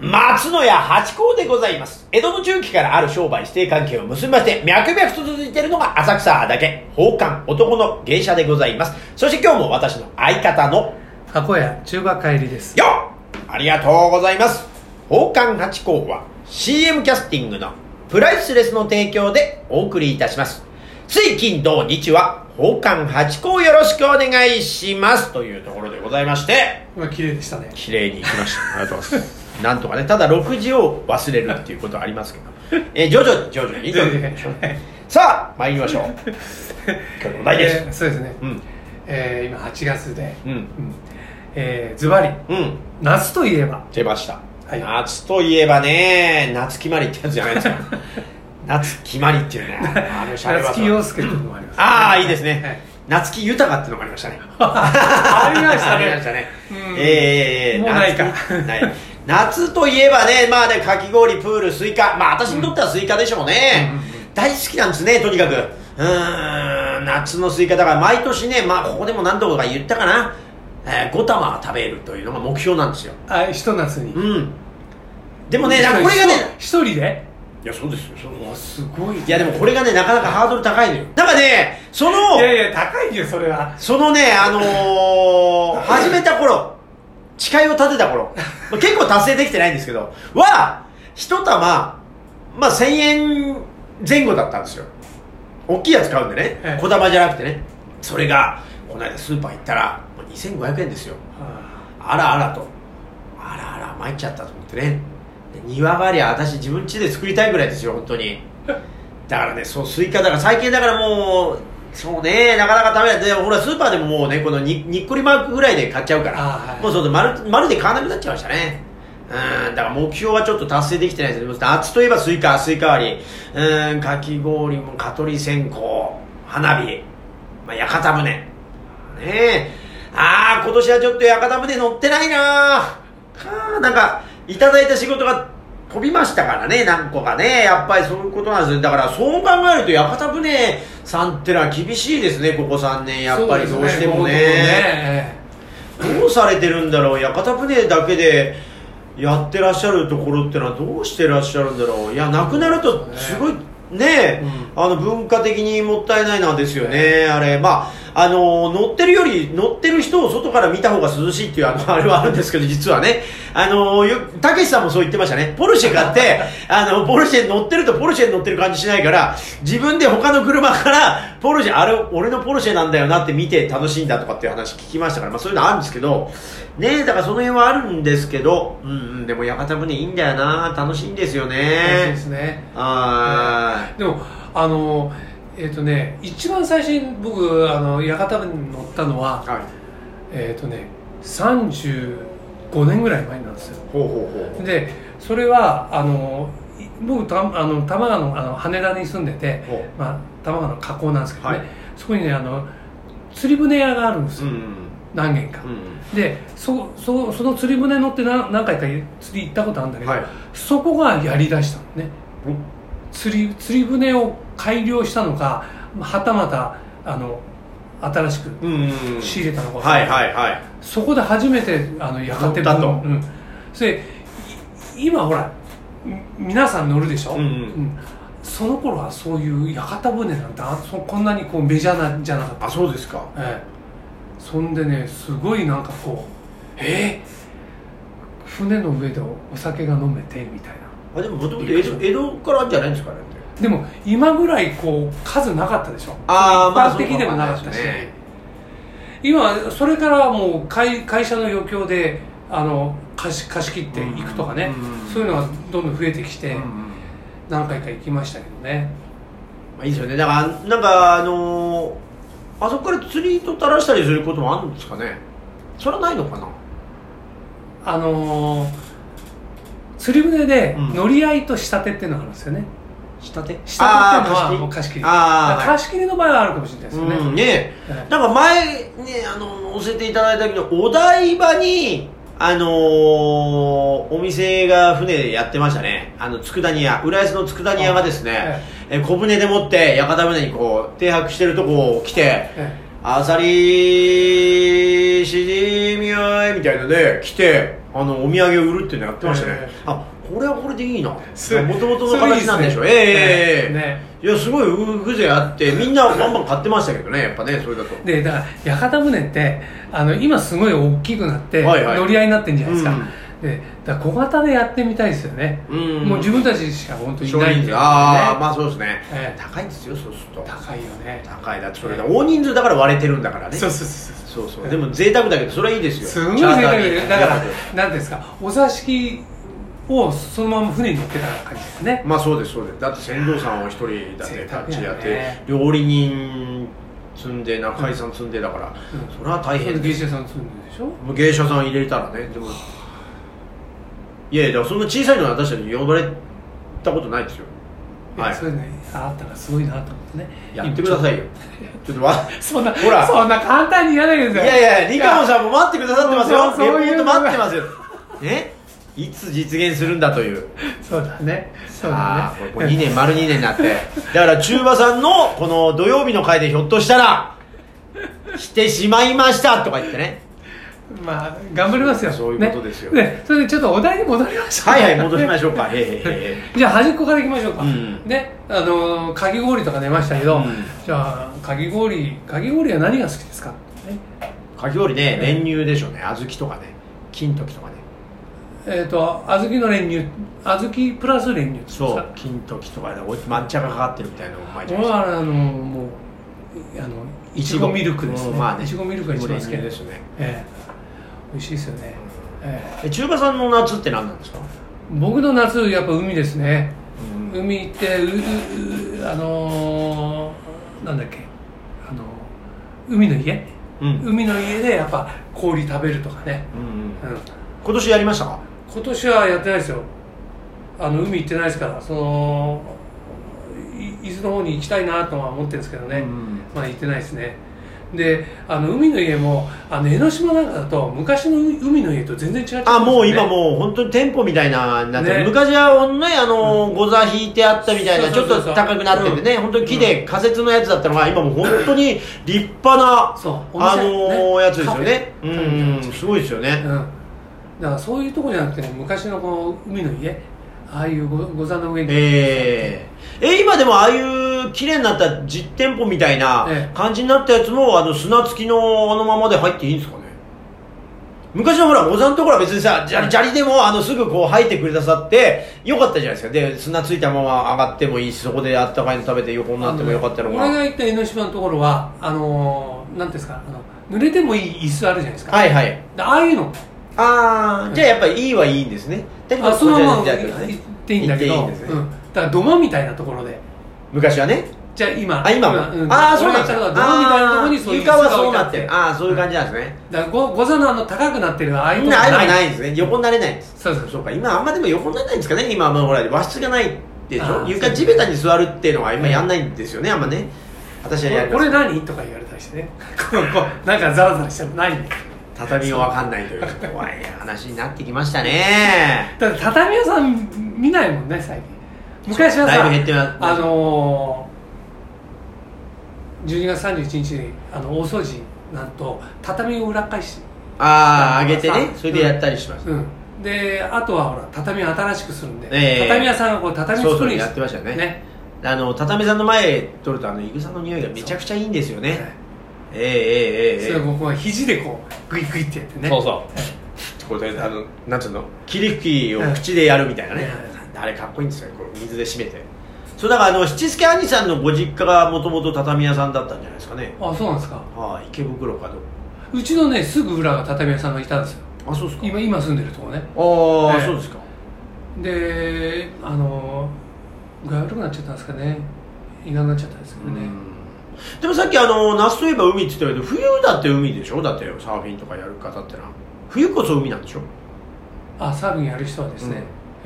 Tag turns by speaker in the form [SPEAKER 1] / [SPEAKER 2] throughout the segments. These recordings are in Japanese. [SPEAKER 1] 松野屋八甲でございます。江戸の中期からある商売指定関係を結びまして、脈々と続いているのが浅草だけ、宝冠男の芸者でございます。そして今日も私の相方の
[SPEAKER 2] 箱屋中華帰りです
[SPEAKER 1] よっありがとうございます宝冠八甲は CM キャスティングのプライスレスの提供でお送りいたしますつい金土日は宝冠八甲よろしくお願いしますというところでございまして
[SPEAKER 2] 今綺麗でしたね
[SPEAKER 1] 綺麗に行きましたありがとうございますなんとかねただ6時を忘れるっていうことはありますけど、えー徐々に徐々にということでしょうさあ参りましょう今日のお題です、
[SPEAKER 2] えーそうですね、
[SPEAKER 1] うん
[SPEAKER 2] えー今8月で、
[SPEAKER 1] うん
[SPEAKER 2] えーズバリ
[SPEAKER 1] うん
[SPEAKER 2] 夏といえば
[SPEAKER 1] 出ました、
[SPEAKER 2] はい
[SPEAKER 1] 夏といえばね夏決まりってやつじゃない ですか夏決まりっていうねあのシャレ技
[SPEAKER 2] 夏木陽介っていうのもあります、
[SPEAKER 1] ああいいですね、
[SPEAKER 2] はい
[SPEAKER 1] 夏木豊かっていうのもありましたね
[SPEAKER 2] ありましたね
[SPEAKER 1] ありましたね、
[SPEAKER 2] うん
[SPEAKER 1] ええ
[SPEAKER 2] もうないか
[SPEAKER 1] 夏ない夏といえばねまあねかき氷プールスイカまあ私にとってはスイカでしょうね、
[SPEAKER 2] うんうん
[SPEAKER 1] 大好きなんですねとにかくうーん夏のスイカだから毎年ねまあここでも何度か言ったかな、えー、5玉は食べるというのが目標なんですよ
[SPEAKER 2] あひと夏に
[SPEAKER 1] うんでもねなんかこれがね
[SPEAKER 2] 一人一人で
[SPEAKER 1] いやそうですよ
[SPEAKER 2] わすごいね
[SPEAKER 1] いやでもこれがねなかなかハードル高いのよなんかねその
[SPEAKER 2] いやいや高いよそれは
[SPEAKER 1] そのねあのー、始めた頃誓いを立てた頃まあ結構達成できてないんですけどは一玉まあ1000円前後だったんですよ大きいやつ買うんで
[SPEAKER 2] は
[SPEAKER 1] ね
[SPEAKER 2] い
[SPEAKER 1] 小玉じゃなくてねそれがこの間スーパー行ったらもう2500円ですよ
[SPEAKER 2] あ
[SPEAKER 1] あらあらとあらあら参っちゃったと思ってねで庭がありゃ私自分家で作りたいぐらいですよ本当にだからねそうスイカだから最近だからもうそうねなかなか食べないでほらスーパーでももうねこのににっこりマークぐらいで買っちゃうから
[SPEAKER 2] あはい
[SPEAKER 1] もうそうまるまるで買わなくなっちゃいましたねうんだから目標はちょっと達成できてないですけど夏といえばスイカスイカ割りうんかき氷も蚊取り線香花火、まあ、屋形船ねえああ今年はちょっと屋形船乗ってないなあーなんかいただいた仕事が飛びましたからね何個かねやっぱりそういうことなんですねだからそう考えると屋形船さんってのは厳しいですねここ3年やっぱりどうしても
[SPEAKER 2] そうです
[SPEAKER 1] ねどうされてるんだろう屋形船だけでやってらっしゃるところってのはどうしてらっしゃるんだろういやなくなるとすごいねえ、あの文化的にもったいないなんですよね、あれまああの乗ってるより乗ってる人を外から見た方が涼しいっていうあのあ れはあるんですけど実はねあのよたけしさんもそう言ってましたねポルシェ買って あのポルシェに乗ってるとポルシェに乗ってる感じしないから自分で他の車からポルシェあれ俺のポルシェなんだよなって見て楽しいんだとかっていう話聞きましたから、まあ、そういうのあるんですけどねえだからその辺はあるんですけど、うんうん、でも屋形船いいんだよな楽しいんですよ
[SPEAKER 2] そうで
[SPEAKER 1] ね
[SPEAKER 2] すね
[SPEAKER 1] あ
[SPEAKER 2] でもあのえっ、とね一番最初に僕あの屋形船に乗ったのは
[SPEAKER 1] ー、はい
[SPEAKER 2] えっ、とね35年ぐらい前なんですよ
[SPEAKER 1] ほうほうほう
[SPEAKER 2] でそれはあのい僕たあの多摩川のあの羽田に住んでて、
[SPEAKER 1] ほう
[SPEAKER 2] まあ、多摩川の河口なんですけどね、
[SPEAKER 1] はい
[SPEAKER 2] そこにねあの釣り船屋があるんです
[SPEAKER 1] う
[SPEAKER 2] よ、
[SPEAKER 1] ん
[SPEAKER 2] 何軒か、
[SPEAKER 1] う
[SPEAKER 2] でそそその釣り船乗って何何回か釣り行ったことあるんだけ
[SPEAKER 1] ん
[SPEAKER 2] ど、
[SPEAKER 1] はい
[SPEAKER 2] そこがやりだしたのね釣り釣り船を改良したのかはたまたあの新しく
[SPEAKER 1] うんうんうん
[SPEAKER 2] 仕入れたのか、
[SPEAKER 1] はいはいはい
[SPEAKER 2] そこで初めてあのやがて
[SPEAKER 1] 乗ったと
[SPEAKER 2] うん、それい今ほらみ皆さん乗るでしょ、
[SPEAKER 1] うんうん
[SPEAKER 2] その頃はそういう屋形船なんてあそこんなにこうメジャーなんじゃなかった、
[SPEAKER 1] あそうですか
[SPEAKER 2] ええそんでねすごいなんかこうえー船の上でお酒が飲めてみたいな
[SPEAKER 1] あでももともと江戸江戸からあるんじゃないんですかね
[SPEAKER 2] でも今ぐらいこう数なかったでしょ
[SPEAKER 1] あーまあ
[SPEAKER 2] 一般的でもなかったし、
[SPEAKER 1] そうかもね
[SPEAKER 2] 今それからもう会会社の余興であの貸し貸し切っていくとかね、
[SPEAKER 1] うんうんうん
[SPEAKER 2] そういうのがどんどん増えてきて、
[SPEAKER 1] うんうん
[SPEAKER 2] 何回か行きましたけどね
[SPEAKER 1] まあいいですよねだからなんかあのーあそこから釣りと垂らしたりすることもあるんですかねそれはないのかな
[SPEAKER 2] あのー釣り船で
[SPEAKER 1] うん
[SPEAKER 2] 乗り合いと下手っていうのがあるんですよね、
[SPEAKER 1] 下手
[SPEAKER 2] 下手っていうの
[SPEAKER 1] あ
[SPEAKER 2] は
[SPEAKER 1] ー
[SPEAKER 2] もう貸し切り
[SPEAKER 1] あー
[SPEAKER 2] だから貸し切りの場合はあるかもしれないですよね、
[SPEAKER 1] うんね
[SPEAKER 2] はい
[SPEAKER 1] なんか前ねあの教えていただいたけどお台場にあのーお店が船でやってましたねあの佃煮屋浦安の佃煮屋がですね、
[SPEAKER 2] え
[SPEAKER 1] え小舟でもって屋形船にこう停泊してるとこを来て
[SPEAKER 2] え
[SPEAKER 1] 「あさりしじみあい」みたいので来てああのお土産を売るっていうのやってましたね、
[SPEAKER 2] ええ
[SPEAKER 1] あこれはこれでいいなも
[SPEAKER 2] す
[SPEAKER 1] ともとの
[SPEAKER 2] それいい
[SPEAKER 1] 形なんでしょ
[SPEAKER 2] すね
[SPEAKER 1] ええええええ
[SPEAKER 2] ね
[SPEAKER 1] いやすごい風情あってみんなバンバン買ってましたけどねやっぱねそれだと
[SPEAKER 2] でだから屋形船ってあの今すごい大きくなって、
[SPEAKER 1] はいはい
[SPEAKER 2] 乗り合いになってるんじゃないですか、でだから小型でやってみたいですよね、
[SPEAKER 1] うん
[SPEAKER 2] もう自分たちしか本当にい
[SPEAKER 1] 少
[SPEAKER 2] ないん
[SPEAKER 1] 人
[SPEAKER 2] で、
[SPEAKER 1] 数
[SPEAKER 2] ね、
[SPEAKER 1] ああまあそうですね
[SPEAKER 2] ええ
[SPEAKER 1] 高いんですよそうすると
[SPEAKER 2] 高いよね
[SPEAKER 1] 高いだってそれで大人数だから割れてるんだからね
[SPEAKER 2] そうそうそうそう
[SPEAKER 1] そうそうでも贅沢だけどそれはいいですよ
[SPEAKER 2] すごい
[SPEAKER 1] チ
[SPEAKER 2] 贅
[SPEAKER 1] ャータ
[SPEAKER 2] 沢
[SPEAKER 1] ーに
[SPEAKER 2] でだから何ですかお座敷をそのまま船に乗ってた感じですね
[SPEAKER 1] まあそうですそうですだって船頭さんを一人だって
[SPEAKER 2] 贅
[SPEAKER 1] タ
[SPEAKER 2] 沢
[SPEAKER 1] ッ
[SPEAKER 2] だよ
[SPEAKER 1] チ
[SPEAKER 2] ね
[SPEAKER 1] やって料理人積んで仲居さん積んでだから、
[SPEAKER 2] ん
[SPEAKER 1] それは大変
[SPEAKER 2] 芸
[SPEAKER 1] です
[SPEAKER 2] 者さん住んでるでしょ
[SPEAKER 1] もう芸者さん入れたらねでもいやいやだからそんな小さいのは私たちに呼ばれたことないですよ
[SPEAKER 2] いや
[SPEAKER 1] はい
[SPEAKER 2] それねあったらすごいなと思ってね
[SPEAKER 1] やってくださいよ ちょっとわ
[SPEAKER 2] そんな
[SPEAKER 1] ほら
[SPEAKER 2] そんな簡単にやらないで
[SPEAKER 1] い
[SPEAKER 2] ください
[SPEAKER 1] やいやリカオンさんも待ってくださってますよ
[SPEAKER 2] そうそう
[SPEAKER 1] レポー
[SPEAKER 2] そういう
[SPEAKER 1] ト
[SPEAKER 2] のが
[SPEAKER 1] 待ってます よねいつ実現するんだという
[SPEAKER 2] そうだねそう
[SPEAKER 1] あ
[SPEAKER 2] だ
[SPEAKER 1] あ
[SPEAKER 2] ね
[SPEAKER 1] これ2年丸2年になってだから中馬さんのこの土曜日の回でひょっとしたらしてしまいましたとか言ってね
[SPEAKER 2] まあ頑張りますよ
[SPEAKER 1] そういうことですよ
[SPEAKER 2] ねねそれでちょっとお題に戻りましょう
[SPEAKER 1] はいはい戻しましょう かへいへいへいへい
[SPEAKER 2] じゃあ端っこからいきましょうか、
[SPEAKER 1] うん
[SPEAKER 2] ねあのーかき氷とか出ましたけ
[SPEAKER 1] う
[SPEAKER 2] ど、
[SPEAKER 1] ん
[SPEAKER 2] じゃあかき氷かき氷は何が好きですか、ね
[SPEAKER 1] かき氷ね練乳でしょうね小豆とかね金時とかね
[SPEAKER 2] えっ、と小豆の練乳小豆プラス練乳って言ん
[SPEAKER 1] そう金時とかねお抹茶がかかってるみたいなのうまいじ
[SPEAKER 2] です
[SPEAKER 1] ゃ
[SPEAKER 2] か
[SPEAKER 1] ないで
[SPEAKER 2] 俺
[SPEAKER 1] すか
[SPEAKER 2] はあのもうあのいちごミルクですね,、
[SPEAKER 1] うんまあね
[SPEAKER 2] いちごミルクが一番好き
[SPEAKER 1] 練乳
[SPEAKER 2] で、
[SPEAKER 1] ですすね
[SPEAKER 2] ええ美味しいですよね、え
[SPEAKER 1] え中馬さんの夏って何なんですか
[SPEAKER 2] え僕の夏やっぱ海ですね
[SPEAKER 1] うん
[SPEAKER 2] 海行ってうううあのーなんだっけあのー海の家
[SPEAKER 1] うん
[SPEAKER 2] 海の家でやっぱ氷食べるとかね、
[SPEAKER 1] うん
[SPEAKER 2] うん、
[SPEAKER 1] 今年やりましたか
[SPEAKER 2] 今年はやってないですよあの海行ってないですからそのい伊豆の方に行きたいなとは思ってるんですけどね、
[SPEAKER 1] うん
[SPEAKER 2] まあ行ってないですねであの海の家もあの江ノ島なんかだと昔の海海の家と全然違って
[SPEAKER 1] あもう今
[SPEAKER 2] う
[SPEAKER 1] もう本当に店舗みたいなになってる、
[SPEAKER 2] ね
[SPEAKER 1] 昔はねあのご座引いてあったみたいなち
[SPEAKER 2] そ
[SPEAKER 1] ょ
[SPEAKER 2] う
[SPEAKER 1] っ
[SPEAKER 2] そうそう
[SPEAKER 1] と高くなっててね、
[SPEAKER 2] うん
[SPEAKER 1] 本当に木で仮設のやつだったのが今もう本当に立派な、
[SPEAKER 2] そうお
[SPEAKER 1] あ
[SPEAKER 2] 店
[SPEAKER 1] のー
[SPEAKER 2] ね
[SPEAKER 1] やつですよね
[SPEAKER 2] カ
[SPEAKER 1] う
[SPEAKER 2] フェカフェみたいなや
[SPEAKER 1] ん
[SPEAKER 2] つ
[SPEAKER 1] すごいですよね、
[SPEAKER 2] うんだからそういうとこじゃなくてね昔のこの海の家ああいうごご座の上に、
[SPEAKER 1] えーえ今でもああいう綺麗になった実店舗みたいな
[SPEAKER 2] ええ
[SPEAKER 1] 感じになったやつもあの砂付きのあのままで入っていいんですかね昔のほらおざんところは別にさ砂利砂利でもあのすぐこう入ってくださってよかったじゃないですかで砂ついたまま上がってもいいしそこであったかいの食べて横になってもよかったのが
[SPEAKER 2] 俺が行った江ノ島のところはあのー、なんていうんですかあの濡れてもいい椅子あるじゃないですか、
[SPEAKER 1] はいはい
[SPEAKER 2] でああいうの
[SPEAKER 1] ああじゃあやっぱりいいはいいんですねだけど
[SPEAKER 2] あそのまま
[SPEAKER 1] じゃ
[SPEAKER 2] 行
[SPEAKER 1] あ
[SPEAKER 2] っていいんだけど
[SPEAKER 1] 行っていいんですね
[SPEAKER 2] うん、だから土間みたいなところで
[SPEAKER 1] 昔はね
[SPEAKER 2] じゃあ今
[SPEAKER 1] あ今も、
[SPEAKER 2] うん、
[SPEAKER 1] ああそうなん
[SPEAKER 2] だ
[SPEAKER 1] だ
[SPEAKER 2] 土間みたいなところにそういう椅
[SPEAKER 1] 床
[SPEAKER 2] 子
[SPEAKER 1] は
[SPEAKER 2] が置
[SPEAKER 1] そう
[SPEAKER 2] いてあ
[SPEAKER 1] なってるああそういう感じなんですね、
[SPEAKER 2] だからごご座のあの高くなってるああいう
[SPEAKER 1] みん
[SPEAKER 2] の
[SPEAKER 1] なああいうの
[SPEAKER 2] が
[SPEAKER 1] ないいんですね横になれないんです
[SPEAKER 2] そうそうそ
[SPEAKER 1] そううか今あんまでも横にならないんですかね今はもうほら和室がないでし
[SPEAKER 2] あ
[SPEAKER 1] ょ
[SPEAKER 2] ー
[SPEAKER 1] 床地べたに座るっていうのは今やんないんですよねあんまね私はやり
[SPEAKER 2] こ
[SPEAKER 1] ま
[SPEAKER 2] れ
[SPEAKER 1] す
[SPEAKER 2] 何とか言われたりして ねこうこうなんかザラザラしてる何
[SPEAKER 1] 畳を分かんないと いう怖い話になってきましたね
[SPEAKER 2] だって畳屋さん見ないもんね最近昔はさ
[SPEAKER 1] だいぶ減ってます
[SPEAKER 2] あのー、12月31日にあの大掃除なんと畳を裏返し
[SPEAKER 1] ああ上げてね
[SPEAKER 2] うん
[SPEAKER 1] それでやったりしました、
[SPEAKER 2] うん、であとはほら畳を新しくするんで、
[SPEAKER 1] ええ
[SPEAKER 2] 畳屋さんがこう畳
[SPEAKER 1] そう
[SPEAKER 2] 作
[SPEAKER 1] そう
[SPEAKER 2] りに
[SPEAKER 1] やってましたね
[SPEAKER 2] ね
[SPEAKER 1] あの畳さんの前取るとあのいぐさの匂いがめちゃくちゃいいんですよねええええええ
[SPEAKER 2] それをこう肘でこうグイグイってやってね
[SPEAKER 1] そうそうこれであのなんつうの霧吹きを口でやるみたいなね、あれかっこいいんですよこう水で締めてそうだからあの七助兄さんのご実家がもともと畳屋さんだったんじゃないですかね
[SPEAKER 2] あそうなんですか
[SPEAKER 1] はい、池袋かどう
[SPEAKER 2] うちのねすぐ裏が畳屋さんがいたんですよ
[SPEAKER 1] あそうですか
[SPEAKER 2] 今今住んでるとこね
[SPEAKER 1] ああ、
[SPEAKER 2] ええ
[SPEAKER 1] そうですか
[SPEAKER 2] であの具合悪くなっちゃったんですかねいなくなっちゃったんですけどね、
[SPEAKER 1] でもさっきあの夏といえば海って言ったけど冬だって海でしょだってサーフィンとかやる方ってのは冬こそ海なんでしょ
[SPEAKER 2] あサーフィンやる人はですね、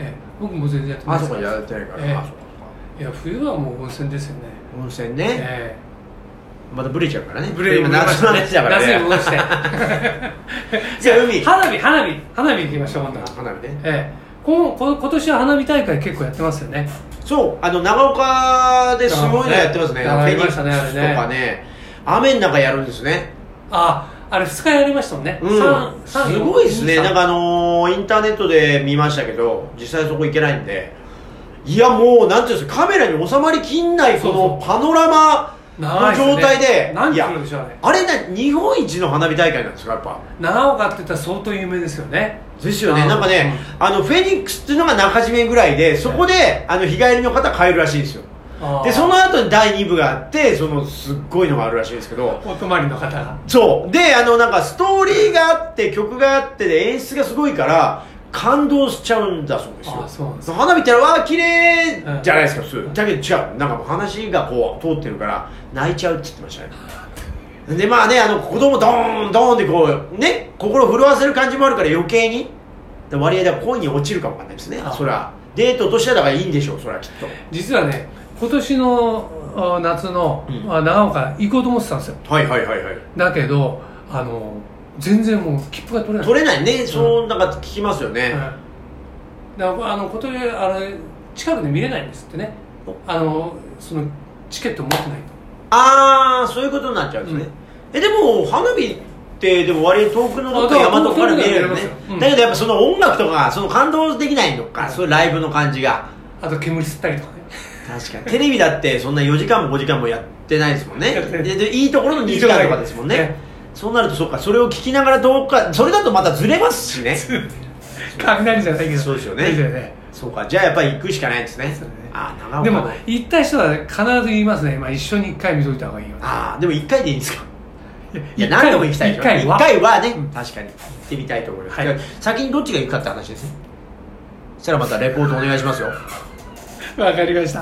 [SPEAKER 1] うん
[SPEAKER 2] ええ、僕も全然やってな
[SPEAKER 1] あ
[SPEAKER 2] いで
[SPEAKER 1] そ
[SPEAKER 2] す
[SPEAKER 1] こ
[SPEAKER 2] か
[SPEAKER 1] や
[SPEAKER 2] ら
[SPEAKER 1] ってないから、
[SPEAKER 2] ええ
[SPEAKER 1] あそこ
[SPEAKER 2] いや冬はもう温泉ですよね、
[SPEAKER 1] 温泉ね、
[SPEAKER 2] え
[SPEAKER 1] またブレちゃうからね
[SPEAKER 2] え、ブレー
[SPEAKER 1] 今
[SPEAKER 2] ブ
[SPEAKER 1] 夏の話だから
[SPEAKER 2] 夏に
[SPEAKER 1] ね
[SPEAKER 2] 戻 して
[SPEAKER 1] じゃあ海
[SPEAKER 2] 花火花火花火行きましょう今度は
[SPEAKER 1] 花火ね
[SPEAKER 2] ええここ今年は花火大会結構やってますよね
[SPEAKER 1] そうあの長岡ですごいのやってますね
[SPEAKER 2] 長岡ね
[SPEAKER 1] フェニックスとかね雨の中やるんですね
[SPEAKER 2] ああれ2日やりましたもんね、
[SPEAKER 1] うん
[SPEAKER 2] 三、三
[SPEAKER 1] すごいですね
[SPEAKER 2] 三
[SPEAKER 1] なんかあのーインターネットで見ましたけど実際そこ行けないんでいやもうなんていうんですかカメラに収まりきんないこ
[SPEAKER 2] そう
[SPEAKER 1] のパノラマ
[SPEAKER 2] 長いすね
[SPEAKER 1] の状態で
[SPEAKER 2] 何
[SPEAKER 1] い
[SPEAKER 2] キ
[SPEAKER 1] や
[SPEAKER 2] ロでしょうあれ
[SPEAKER 1] あれね日本一の花火大会なんですかやっぱ
[SPEAKER 2] 長岡って言ったら相当有名ですよね
[SPEAKER 1] ですよね
[SPEAKER 2] あー
[SPEAKER 1] なんかね、あのフェニックスっていうのが中締めぐらいでそこであの日帰りの方買えるらしいんですよ
[SPEAKER 2] あー
[SPEAKER 1] でその後に第2部があってそのすっごいのがあるらしいんですけど
[SPEAKER 2] お泊まりの方が
[SPEAKER 1] そうであのなんかストーリーがあって曲があってで演出がすごいから感動しちゃうんだそうですよ
[SPEAKER 2] あそうなんです
[SPEAKER 1] 花火ってのはわあ綺麗
[SPEAKER 2] うん
[SPEAKER 1] じゃないですか普通、
[SPEAKER 2] ん
[SPEAKER 1] だけど違うなんかもう話がこう通ってるから泣いちゃうって言ってましたねでまあねあの子供ドーンドーンってこうね心震わせる感じもあるから余計にで割合では恋に落ちるかもわかんないですね
[SPEAKER 2] あ
[SPEAKER 1] そりゃデートとしてはだからいいんでしょうそりゃきっと
[SPEAKER 2] 実はね今年のあ夏の、
[SPEAKER 1] うん
[SPEAKER 2] あ長岡行こうと思ってたんですよ
[SPEAKER 1] はいはいはいはい
[SPEAKER 2] だけどあの全然もう切符が取れない
[SPEAKER 1] 取れないね、そうなんか聞きますよね、
[SPEAKER 2] はいだからあの今年あれ近くで見れないんですってね
[SPEAKER 1] お
[SPEAKER 2] あのそのチケット持ってない
[SPEAKER 1] ああそういうことになっちゃうんですね、えでも花火ってでも割に遠くのどっか
[SPEAKER 2] あだから
[SPEAKER 1] 山とかから見えるよ
[SPEAKER 2] 遠
[SPEAKER 1] ね
[SPEAKER 2] くの見えますようん
[SPEAKER 1] だけどやっぱその音楽とかその感動できないのか、
[SPEAKER 2] うん
[SPEAKER 1] そういうライブの感じが
[SPEAKER 2] とあと煙吸ったりとかね
[SPEAKER 1] 確かにテレビだってそんな4時間も5時間もやってないですもんね
[SPEAKER 2] やってない
[SPEAKER 1] ででいいところの2時間とかですもんね
[SPEAKER 2] ね
[SPEAKER 1] そうなるとそうかそれを聞きながらどうかそれだとまたずれますしね
[SPEAKER 2] 雷じゃないけど
[SPEAKER 1] そうですよね
[SPEAKER 2] ですよね
[SPEAKER 1] そうかじゃあやっぱり行くしかないですね
[SPEAKER 2] そうだね
[SPEAKER 1] ああ長岡
[SPEAKER 2] でも行った人はね必ず言いますね、まあ、一緒に一回見といた方がいいよ
[SPEAKER 1] ああでも1回でいいんですかいや
[SPEAKER 2] 一回
[SPEAKER 1] 何度も行きたいでしょ
[SPEAKER 2] 一回
[SPEAKER 1] 一
[SPEAKER 2] は
[SPEAKER 1] 回はね、確かに行ってみたいと思います、
[SPEAKER 2] はい
[SPEAKER 1] 先にどっちが行くかって話ですねそしたらまたレポートお願いしますよ
[SPEAKER 2] わかりました